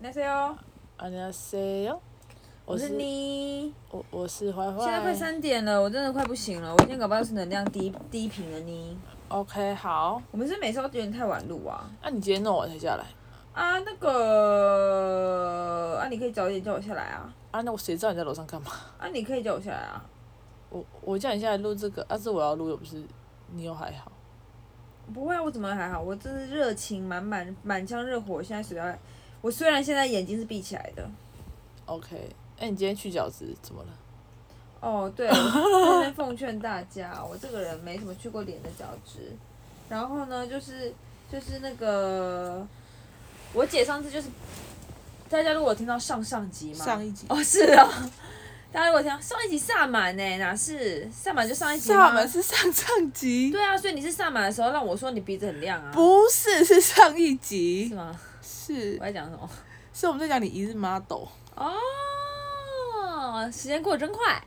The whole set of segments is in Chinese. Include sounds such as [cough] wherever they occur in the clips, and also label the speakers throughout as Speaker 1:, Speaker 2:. Speaker 1: 那谁哦？
Speaker 2: 안녕하세요
Speaker 1: 我是妮。
Speaker 2: 我我是怀怀。
Speaker 1: 现在快三点了，我真的快不行了。我今天搞不好是能量低低频了妮。
Speaker 2: OK，好。
Speaker 1: 我们是每次都有点太晚录啊。
Speaker 2: 那、你今天弄完才下来？
Speaker 1: 啊，那个啊，你可以早一点叫我下来啊。
Speaker 2: 啊，那我谁知道你在楼上干嘛？
Speaker 1: 啊，你可以叫我下来啊。
Speaker 2: 我我叫你下来录这个，但、是我要录又不是你又还好。
Speaker 1: 不会啊，我怎么还好？我真是热情满满，满腔热火。现在水要，我虽然现在眼睛是闭起来的。
Speaker 2: OK，哎、你今天去饺子怎么了？
Speaker 1: 哦，对，我
Speaker 2: [laughs]
Speaker 1: 在这边奉劝大家，我这个人没什么去过脸的角质，然后呢，就是就是那个我姐上次就是，大家如果听到上上集嘛，
Speaker 2: 上一集。
Speaker 1: 哦是哦， [laughs] 大家如果听到上一集萨满呢、哪是萨满就上一集吗
Speaker 2: 萨满是上上集，
Speaker 1: 对啊，所以你是萨满的时候让我说你鼻子很亮啊，
Speaker 2: 不是是上一
Speaker 1: 是
Speaker 2: 集，
Speaker 1: 吗？
Speaker 2: 是
Speaker 1: 我在讲什么？
Speaker 2: 是我们在讲你一日 model，
Speaker 1: 哦，时间过得真快。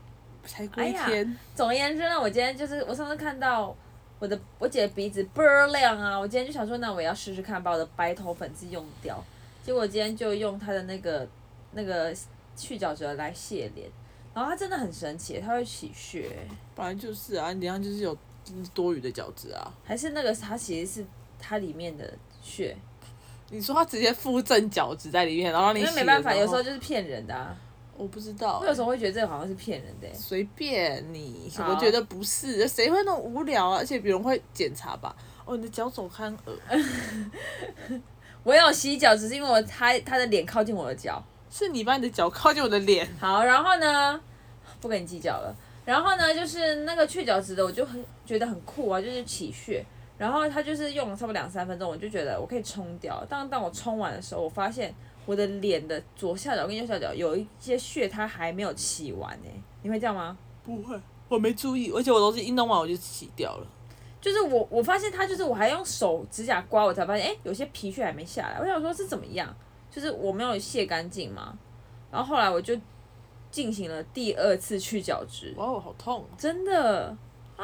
Speaker 2: 才过一天，
Speaker 1: 总而言之呢，我今天就是我上次看到我的我姐的鼻子倍儿亮啊，我今天就想说，那我也要试试看，把我的白头粉刺用掉。结果今天就用它的那个那个去角质来卸脸，然后它真的很神奇，它会起屑，
Speaker 2: 本来就是啊，你脸上就是有多余的角质啊。
Speaker 1: 还是那个它其实是它里面的屑，
Speaker 2: 你说他直接附赠角质在里面，然后让你
Speaker 1: 因为
Speaker 2: 洗
Speaker 1: 没
Speaker 2: 了
Speaker 1: 办法，
Speaker 2: 之
Speaker 1: 有
Speaker 2: 后哦
Speaker 1: 时候就是骗人的啊。
Speaker 2: 我不知道、
Speaker 1: 我有时候会觉得这个好像是骗人的欸、
Speaker 2: 随便你，
Speaker 1: 好
Speaker 2: 我觉得不是，谁会那么无聊啊？而且别人会检查吧？哦，你的脚肿看耳，
Speaker 1: 我有洗脚，只是因为我它它的脸靠近我的脚。
Speaker 2: 是你把你的脚靠近我的脸，
Speaker 1: 好，然后呢，不跟你计较了。然后呢，就是那个去角质的，我就很觉得很酷啊，就是起屑。然后它就是用了差不多两三分钟，我就觉得我可以冲掉。当当我冲完的时候，我发现我的脸的左下角跟右下角有一些屑，它还没有起完呢、你会这样吗？
Speaker 2: 不会，我没注意，而且我都是一弄完我就洗掉了。
Speaker 1: 就是我我发现它就是我还用手指甲刮，我才发现哎、诶有些皮屑还没下来。我想说是怎么样，就是我没有卸干净嘛。然后后来我就进行了第二次去角质，
Speaker 2: 哇哦，好痛哦！
Speaker 1: 真的啊！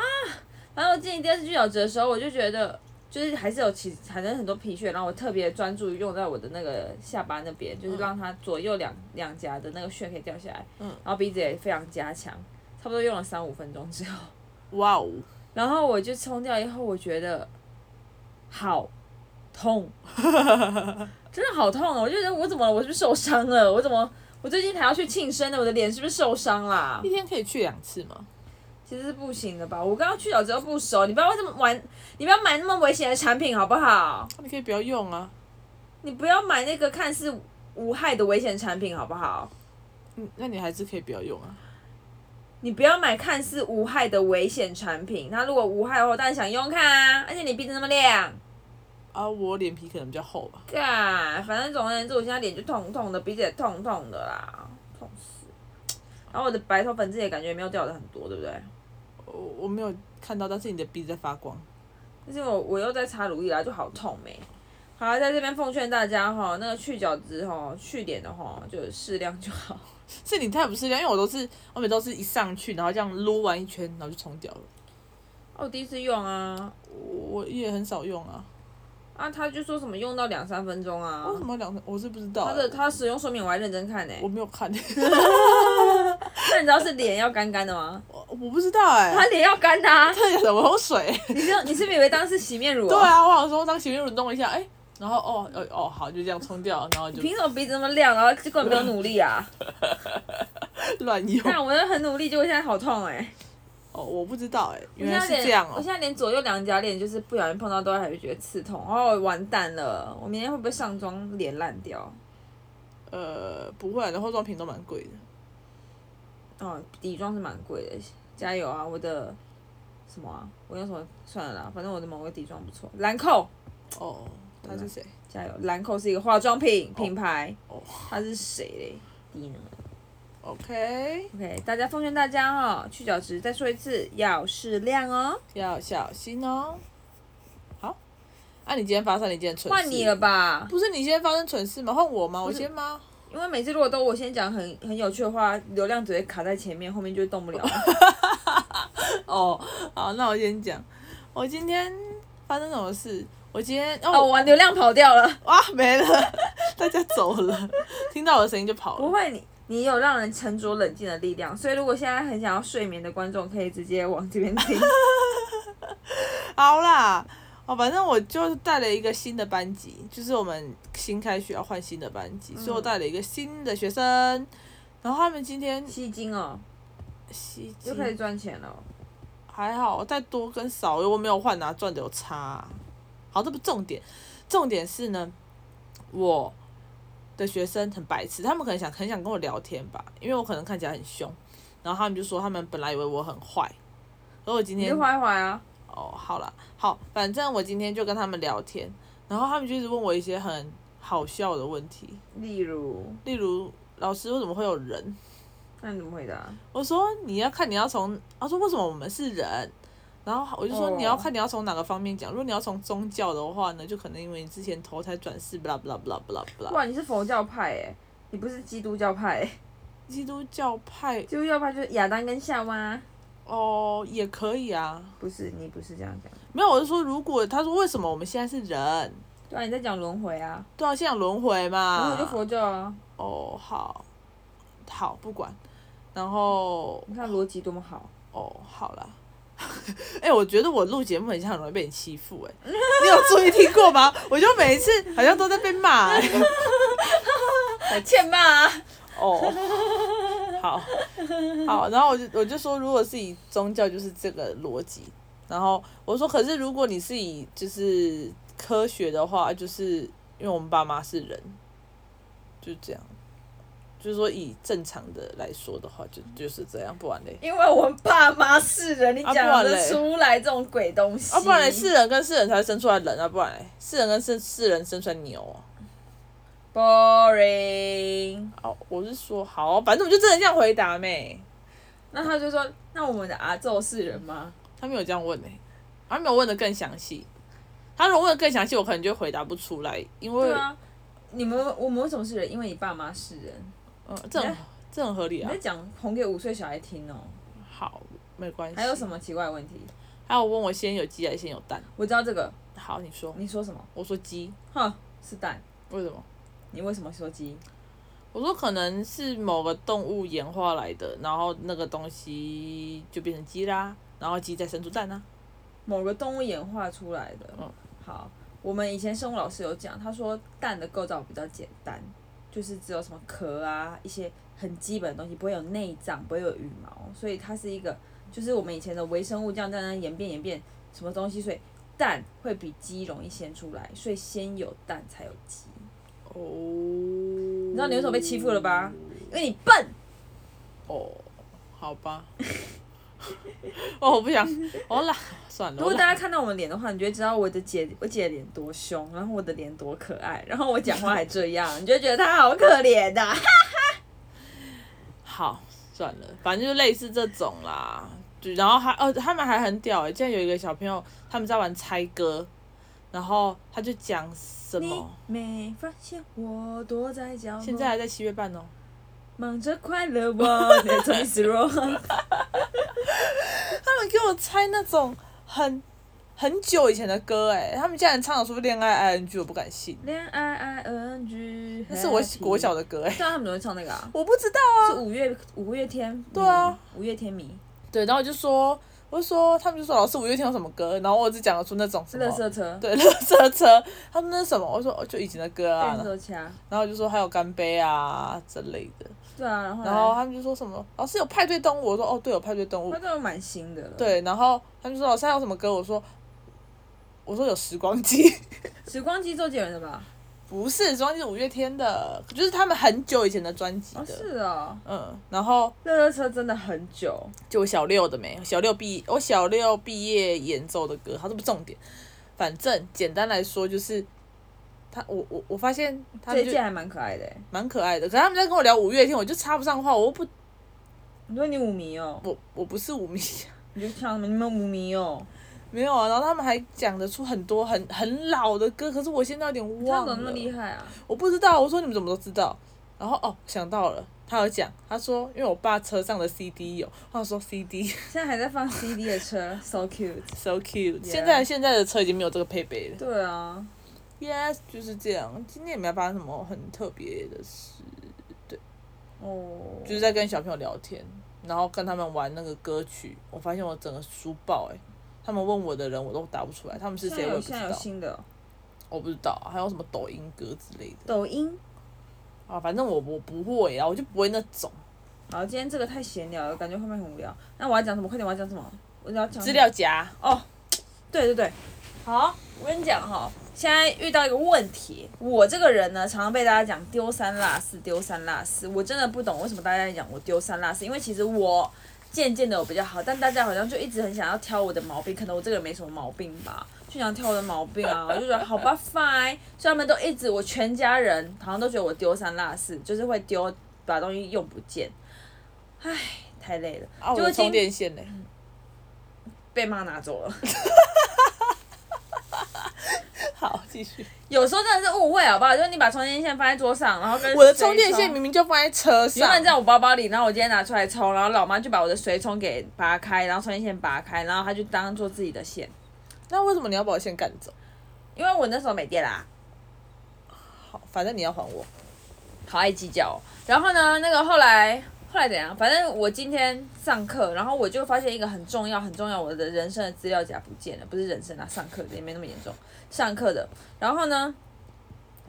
Speaker 1: 反正我进行第二次去角质的时候，我就觉得就是还是有起，产生很多皮屑，然后我特别专注于用在我的那个下巴那边，就是让它左右两两颊的那个屑可以掉下来，
Speaker 2: 嗯
Speaker 1: 然后鼻子也非常加强，差不多用了三五分钟之后， [laughs]
Speaker 2: 哇哦，
Speaker 1: 然后我就冲掉以后，我觉得好痛，真的好痛哦！我就觉得我怎么了？我是不是受伤了？我怎么？我最近还要去庆生呢，我的脸是不是受伤啦？
Speaker 2: 一天可以去两次吗？
Speaker 1: 其实是不行的吧？我刚刚去了之后不熟，你不要这么玩，你不要买那么危险的产品好不好？
Speaker 2: 你可以不要用啊。
Speaker 1: 你不要买那个看似无害的危险产品好不好？
Speaker 2: 嗯，那你还是可以不要用啊。
Speaker 1: 你不要买看似无害的危险产品，它如果无害的话，我当然想用看啊！而且你鼻子那么亮，
Speaker 2: 啊，我脸皮可能比较厚吧。
Speaker 1: 干，反正总而言之，我现在脸就痛痛的，鼻子也痛痛的啦，痛死。然后我的白头粉刺也感觉没有掉的很多，对不对？
Speaker 2: 我我没有看到，但是你的鼻子在发光。
Speaker 1: 但是我我又在擦乳液啊啦，就好痛没、好啦，在这边奉劝大家哈，那个去角质哈、去点的哈，就适量就好。 [laughs]
Speaker 2: 是你太不适量，因为我都是我每都是一上去，然后这样撸完一圈，然后就冲掉了。
Speaker 1: 哦我第一次用啊，
Speaker 2: 我我也很少用啊。
Speaker 1: 啊，他就说什么用到两三分钟啊
Speaker 2: 为，什么两？我是不知道、
Speaker 1: 他的他使用说明我还认真看呢、
Speaker 2: 我没有
Speaker 1: [laughs]
Speaker 2: 看，
Speaker 1: 那你知道是脸要干干的吗？
Speaker 2: 我我不知道哎、 [laughs]
Speaker 1: 他脸要干的、啊，
Speaker 2: 这有什么有水？
Speaker 1: [laughs] 你是你是不是以为当时洗面乳、
Speaker 2: 对，啊，我好像说当洗面乳弄一下，哎、然后哦哦哦，好，就这样冲掉，然后就
Speaker 1: 凭什么鼻子那么亮，然后就根本没有努力啊？
Speaker 2: [laughs] 乱用。
Speaker 1: 看我又很努力，结果现在好痛哎、
Speaker 2: 哦，我不知道哎、
Speaker 1: 我
Speaker 2: 原
Speaker 1: 现在
Speaker 2: 来是
Speaker 1: 脸，
Speaker 2: 这样
Speaker 1: 我
Speaker 2: 哦、
Speaker 1: 现在连左右两颊脸就是不小心碰到都还会觉得刺痛，哦，完蛋了！我明天会不会上妆脸烂掉？
Speaker 2: 呃，不会啊，那化妆品都蛮贵的。
Speaker 1: 哦，底妆是蛮贵的，加油啊！我的什么啊？我用什么？算了啦，反正我的某个底妆不错，兰蔻，
Speaker 2: 哦，他是谁？
Speaker 1: 加油！兰蔻是一个化妆品品牌，
Speaker 2: 哦
Speaker 1: 它是谁嘞？第一呢
Speaker 2: ，OK，
Speaker 1: ？OK，大家奉劝大家哈、哦，去角质再说一次，要适量哦。
Speaker 2: 要小心哦、好，啊，你今天发生了一件蠢事，
Speaker 1: 换你了？吧，
Speaker 2: 不是你今天发生蠢事吗？换我吗？我
Speaker 1: 不是
Speaker 2: 先吗？
Speaker 1: 因为每次如果都我先讲很很有趣的话，流量只会卡在前面，后面就动不了。
Speaker 2: 哦，好，那我先讲，我今天发生什么事？我今天哦，
Speaker 1: 哦，我流量跑掉了。
Speaker 2: 啊哇没了， [laughs] 大家走了， [laughs] 听到我的声音就跑
Speaker 1: 不
Speaker 2: 了。
Speaker 1: 会，你你有让人沉着冷静的力量，所以如果现在很想要睡眠的观众，可以直接往这边
Speaker 2: [laughs]
Speaker 1: 听。
Speaker 2: 好啦，哦，反正我就带了一个新的班级，就是我们新开学要换新的班级，
Speaker 1: 嗯
Speaker 2: 所以我带了一个新的学生。然后他们今天
Speaker 1: 吸金哦，
Speaker 2: 吸
Speaker 1: 就可以赚钱了哦。
Speaker 2: 还好，我再多跟少，我没有换拿赚的有差啊、好，这不重点，重点是呢，我的学生很白痴，他们可能想很想跟我聊天吧，因为我可能看起来很凶，然后他们就说他们本来以为我很坏，而我今
Speaker 1: 你
Speaker 2: 天
Speaker 1: 就划一划啊，
Speaker 2: 哦，好了，好，反正我今天就跟他们聊天，然后他们就一直问我一些很好笑的问题，
Speaker 1: 例如，
Speaker 2: 例如老师为什么会有人？
Speaker 1: 那你怎么回答？
Speaker 2: 我说你要看你要从，他说为什么我们是人，然后我就说
Speaker 1: 哦
Speaker 2: 你要看你要从哪个方面讲，如果你要从宗教的话呢，就可能因为你之前投胎转世，不啦不啦不啦不啦不啦，
Speaker 1: 哇，你是佛教派哎，你不是基督教派哎，
Speaker 2: 基督教派
Speaker 1: 基督教派就是亚当跟夏娃，啊
Speaker 2: 哦也可以啊，
Speaker 1: 不是你不是这样讲，
Speaker 2: 没有我是说如果他说为什么我们现在是人，
Speaker 1: 对啊，你在讲轮回啊，
Speaker 2: 对啊，现在有轮回
Speaker 1: 轮
Speaker 2: 嘛
Speaker 1: 回就，佛教啊，
Speaker 2: 哦好，好不管，然后
Speaker 1: 你看逻辑多么好，
Speaker 2: 哦好啦。 [laughs] 哎、我觉得我录节目很像很容易被你欺负哎、 [laughs] 你有注意听过吗？我就每一次好像都在被骂、 [laughs] 哎
Speaker 1: 欠骂啊，
Speaker 2: 哦，好，好，然后我就我就说，如果是以宗教就是这个逻辑，然后我说，可是如果你是以就是科学的话，就是因为我们爸妈是人，就这样，就是说以正常的来说的话，就就是这样，不然嘞。
Speaker 1: 因为我们爸妈是人，你
Speaker 2: 啊
Speaker 1: 讲
Speaker 2: 不然
Speaker 1: 得
Speaker 2: 嘞
Speaker 1: 出来这种鬼东西，
Speaker 2: 啊，不然嘞，是人跟是人才会生出来人啊，不然嘞，是人跟是是人生出来牛哦、
Speaker 1: boring。
Speaker 2: 哦，我是说，好，啊反正我就真的这样回答妹，
Speaker 1: 那他就说，那我们的阿宙是人吗？
Speaker 2: 他没有这样问呢、欸他没有问的更详细。他如果问的更详细，我可能就回答不出来，因为、
Speaker 1: 对啊，你们我们为什么是人？因为你爸妈是人。
Speaker 2: 嗯，这
Speaker 1: 哎
Speaker 2: 很这很合理
Speaker 1: 你
Speaker 2: 啊
Speaker 1: 在。讲哄给五岁小孩听哦。
Speaker 2: 好，没关系。
Speaker 1: 还有什
Speaker 2: 么？
Speaker 1: 么奇怪的问题？
Speaker 2: 还有问我先有鸡还是先有蛋？
Speaker 1: 我知道这个，
Speaker 2: 好，你说。
Speaker 1: 你说什么？
Speaker 2: 我说鸡，
Speaker 1: 哼，是蛋。
Speaker 2: 为什么？
Speaker 1: 你为什么说鸡？
Speaker 2: 我说可能是某个动物演化来的，然后那个东西就变成鸡啦，然后鸡再生出蛋啊啦、
Speaker 1: 某个动物演化出来的。
Speaker 2: 嗯
Speaker 1: 好，我们以前生物老师有讲，他说蛋的构造比较简单，就是只有什么壳啊，一些很基本的东西，不会有内脏，不会有羽毛，所以它是一个，就是我们以前的微生物这样在那演变演变什么东西，所以蛋会比鸡容易先出来，所以先有蛋才有鸡。
Speaker 2: 哦，你
Speaker 1: 你知道你为什么被欺负了吧？因为你笨。
Speaker 2: 哦，好吧。 [laughs] 哦，我不想，我懒，算了。
Speaker 1: 如果
Speaker 2: 我懒
Speaker 1: 大家看到我们脸的话，你就会知道我的姐，我姐的脸多凶，然后我的脸多可爱，然后我讲话还这样，你就会觉得她好可怜啊呐、
Speaker 2: 好，算了，反正就类似这种啦。就然后还呃，他们还很屌哎、欸，竟然有一个小朋友他们在玩猜歌，然后他就讲什
Speaker 1: 你
Speaker 2: 么，
Speaker 1: 没发现我躲在角落，
Speaker 2: 现在还在七月半哦，
Speaker 1: 忙着快乐
Speaker 2: [laughs]
Speaker 1: 我的 t o y
Speaker 2: 他们给我猜那种很很久以前的歌哎、他们竟然唱得出《恋爱 ING》，我不敢信，
Speaker 1: [laughs] 恋爱 I N G，
Speaker 2: 那是我国小，的歌哎、
Speaker 1: 知道他们怎么会唱那个啊？
Speaker 2: 我不知道啊。
Speaker 1: 是五月五月天迷，
Speaker 2: 对啊
Speaker 1: 五月天迷，
Speaker 2: 对，然后我就说，我就说他们就说老师五月天有什么歌，然后我只讲得出那种什么
Speaker 1: 乐，色车，
Speaker 2: 对，乐色车，他们那是什么？我说哦，就以前的歌啊，
Speaker 1: 乐色掐，
Speaker 2: 然后就说还有干杯啊之类的，
Speaker 1: 对啊，然后
Speaker 2: 然后他们就说什么老师有派对动物，我说哦对有派对动物
Speaker 1: 他，都蛮新的了，，
Speaker 2: 对，然后他们就说老师还有什么歌，我说我说有时光机， [laughs]
Speaker 1: 时光机周杰伦的吧？
Speaker 2: 不是时光机是五月天的，就是他们很久以前的专辑
Speaker 1: 哦，
Speaker 2: 的，
Speaker 1: 是哦，
Speaker 2: 嗯，然后
Speaker 1: 乐乐车真的很久，
Speaker 2: 就我小六的没，小六毕我小六毕业演奏的歌，它这不重点，反正简单来说就是他我我我发现他
Speaker 1: 这
Speaker 2: 们
Speaker 1: 一
Speaker 2: 就
Speaker 1: 届还蛮可爱的欸。
Speaker 2: 蛮可爱的，可是他们在跟我聊五月天，我就插不上话，我又不
Speaker 1: 你说你舞迷哦，
Speaker 2: 我我不是舞迷。啊
Speaker 1: 你就唱你们舞迷哦，
Speaker 2: [laughs] 没有啊，然后他们还讲得出很多很很老的歌，可是我现在有点
Speaker 1: 你唱
Speaker 2: 忘
Speaker 1: 怎么那么
Speaker 2: 了，
Speaker 1: 厉害啊？
Speaker 2: 我不知道。我说你们怎么都知道？然后哦，想到了，他有讲，他说因为我爸车上的 CD 有，他说 [laughs] CD
Speaker 1: 现在还在放 CD 的车，so cute。
Speaker 2: so cute，现在现在的车已经没有这个配备了。
Speaker 1: 对啊，
Speaker 2: Yes，就是这样。今天也没发生什么很特别的事，
Speaker 1: 哦，
Speaker 2: 就是在跟小朋友聊天，然后跟他们玩那个歌曲。我发现我整个书爆哎、欸他们问我的人我都答不出来，他们是
Speaker 1: 现在
Speaker 2: 谁我也
Speaker 1: 有
Speaker 2: 不知
Speaker 1: 现在有
Speaker 2: 道，
Speaker 1: 新的哦
Speaker 2: 我不知道，还有什么抖音歌之类的
Speaker 1: 抖音。
Speaker 2: 啊，反正我我不会啊，我就不会那种
Speaker 1: 好，今天这个太闲聊了，感觉后面很无聊。那我要讲什么？快点，我要讲什么？我要讲
Speaker 2: 资。料夹。
Speaker 1: 对对对，好，我跟你讲哈、现在遇到一个问题，我这个人呢，常常被大家讲丢三落四，丢三落四，我真的不懂为什么大家讲我丢三落四，因为其实我渐渐的我比较好，但大家好像就一直很想要挑我的毛病，可能我这个人没什么毛病吧，就想挑我的毛病啊，我就觉得好吧，fine，所以他们都一直我全家人好像都觉得我丢三落四，就是会丢把东西用不见，唉，太累了，
Speaker 2: 啊，我
Speaker 1: 就嗯
Speaker 2: 的
Speaker 1: 已经
Speaker 2: 充电线嘞，
Speaker 1: 被妈拿走了。
Speaker 2: 好，继续。
Speaker 1: 有时候真的是误会，好不好？就是你把充电线放在桌上，然后跟
Speaker 2: 我的
Speaker 1: 水
Speaker 2: 充电线明明就放在车
Speaker 1: 原
Speaker 2: 上，
Speaker 1: 本在我包包里，然后我今天拿出来充，然后老妈就把我的水充给拔开，然后充电线拔开，然后她就当做自己的线，
Speaker 2: 那为什么你要把我线赶走？
Speaker 1: 因为我那时候没电啦，
Speaker 2: 好，反正你要还我。
Speaker 1: 好爱计较哦、然后呢，那个后来后来怎样？反正我今天上课，然后我就发现一个很重要很重要，我的人生的资料夹不见了，不是人生啊，上课的也没那么严重，上课的。然后呢，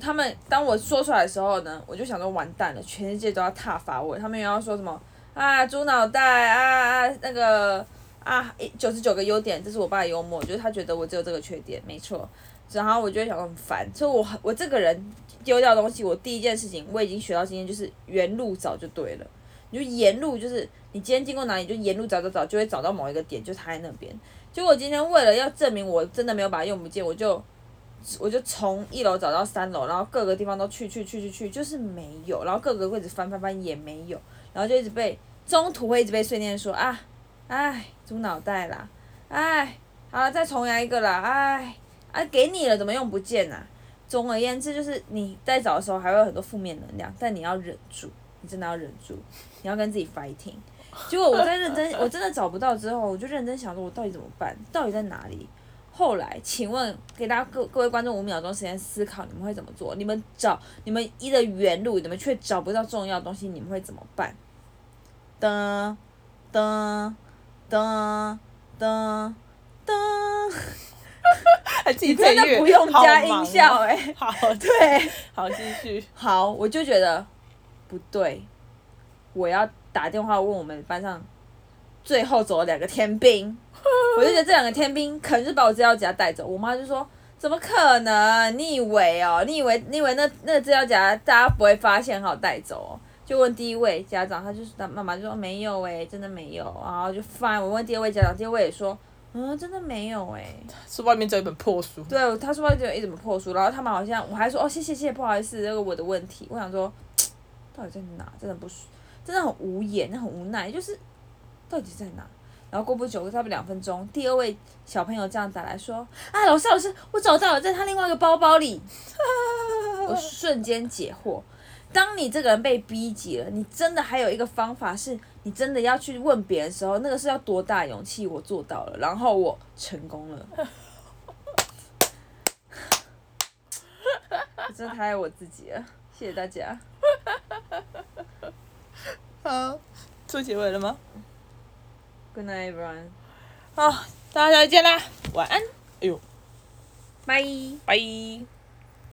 Speaker 1: 他们当我说出来的时候呢，我就想说完蛋了，全世界都要挞伐我，他们又要说什么啊猪脑袋啊啊那个啊九十九个优点，这是我爸的幽默，就是他觉得我只有这个缺点，没错。然后我就会想说很烦，所以我很我这个人丢掉东西，我第一件事情我已经学到经验，就是原路找就对了。你就沿路，就是你今天经过哪里，你就沿路找找找，就会找到某一个点，就它在那边。结果我今天为了要证明我真的没有把它用不见，我就我就从一楼找到三楼，然后各个地方都去去去去去，就是没有，然后各个位置翻翻翻也没有，然后就一直被中途会一直被碎念说啊，哎，猪脑袋啦，哎，好了，再重来一个啦，哎，啊，给你了，怎么用不见呐、啊？总而言之，就是你在找的时候还会有很多负面能量，但你要忍住，你真的要忍住，你要跟自己 [laughs] fighting。结果我在认真，我真的找不到之后，我就认真想说，我到底怎么办？到底在哪里？后来，请问给大家各各位观众五秒钟时间思考，你们会怎么做？你们找你们依着原路，你们却找不到重要的东西，你们会怎么办？噔噔噔噔噔，
Speaker 2: 还自己
Speaker 1: [laughs] 你真的
Speaker 2: 配乐
Speaker 1: 不用加音效。
Speaker 2: 好忙哦
Speaker 1: 哎、
Speaker 2: 好，
Speaker 1: [laughs] 对。
Speaker 2: [laughs] 好，继续。
Speaker 1: 好，我就觉得不对，我要打电话问我们班上最后走了两个天兵，我就觉得这两个天兵可能是把我资料夹带走。我妈就说：“怎么可能？你以为哦？你以为你以为那那个资料夹大家不会发现，好带走、哦？”就问第一位家长，他就是他妈妈就说没有诶、真的没有，然后就翻。我问第二位家长，第二位也说，嗯，真的没有诶、
Speaker 2: 书包里面只有一本破书。
Speaker 1: 对，他说就一直破书，然后他们好像我还说哦谢谢谢谢，不好意思，这个我的问题。我想说，到底在哪？真的不舒，真的很无言，很无奈，就是到底在哪？然后过不久，差不多两分钟，第二位小朋友这样打来说：“啊，老师老师，我找到了，在他另外一个包包里。”我瞬间解惑。当你这个人被逼急了，你真的还有一个方法是，你真的要去问别人的时候，那个是要多大勇气？我做到了，然后我成功了。我真的太爱我自己了，谢谢大家。
Speaker 2: 好，做啊结尾了吗？
Speaker 1: Good night, everyone.
Speaker 2: 啊好，大家再见啦，晚安，
Speaker 1: Bye.
Speaker 2: 拜。